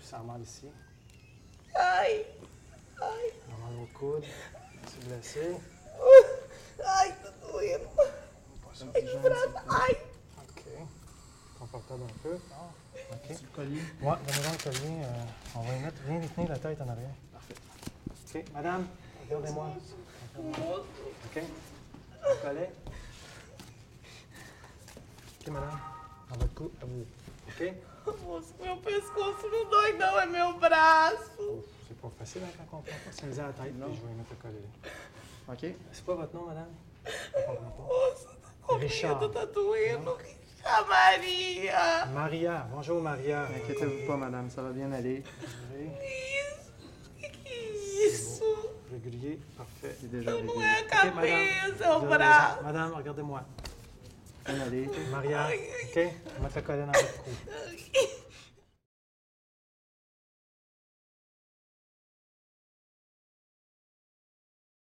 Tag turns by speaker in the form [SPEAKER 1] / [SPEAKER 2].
[SPEAKER 1] Ça mal ici.
[SPEAKER 2] Aïe! Aïe!
[SPEAKER 1] Ça mal au coude. C'est blessé.
[SPEAKER 2] Aïe, ça doit
[SPEAKER 1] Pas sûr.
[SPEAKER 2] Aïe, je brasse. Aïe!
[SPEAKER 1] OK. Confortable un peu. OK.
[SPEAKER 3] Sur le collier.
[SPEAKER 1] Ouais, donnez-moi le collier. euh, on va y mettre. Viens y tenir la tête en arrière. Parfait. OK. Madame, regardez-moi. OK. Le collet. OK, madame. Dans votre cou, à vous. OK.
[SPEAKER 2] Moço, meu pescoço não dói, não, é meu braço.
[SPEAKER 1] C'est pas facile hein, quand on comprend pas. C'est misère à la tête,
[SPEAKER 3] Non.
[SPEAKER 1] puis je vais y mettre le collet. là.
[SPEAKER 3] OK.
[SPEAKER 1] C'est quoi votre nom, madame? Je comprends
[SPEAKER 2] Moço, tá com
[SPEAKER 1] Richard.
[SPEAKER 2] medo, tá doendo. A Maria!
[SPEAKER 1] pas. Maria. Bonjour, Maria.
[SPEAKER 3] Inquiétez-vous pas, madame, ça va bien aller.
[SPEAKER 2] Que Isso! Que que é isso?
[SPEAKER 1] Régulier. Parfait.
[SPEAKER 3] C'est déjà réglé.
[SPEAKER 2] Não é a
[SPEAKER 1] Ok, madame.
[SPEAKER 2] cabeça, é o
[SPEAKER 1] Vous avez raison.
[SPEAKER 2] braço.
[SPEAKER 1] Madame, regardez-moi.
[SPEAKER 3] Bien aller.
[SPEAKER 1] Maria,
[SPEAKER 2] Aïe,
[SPEAKER 1] OK? On va mettre le collet dans votre cou.
[SPEAKER 2] Ai,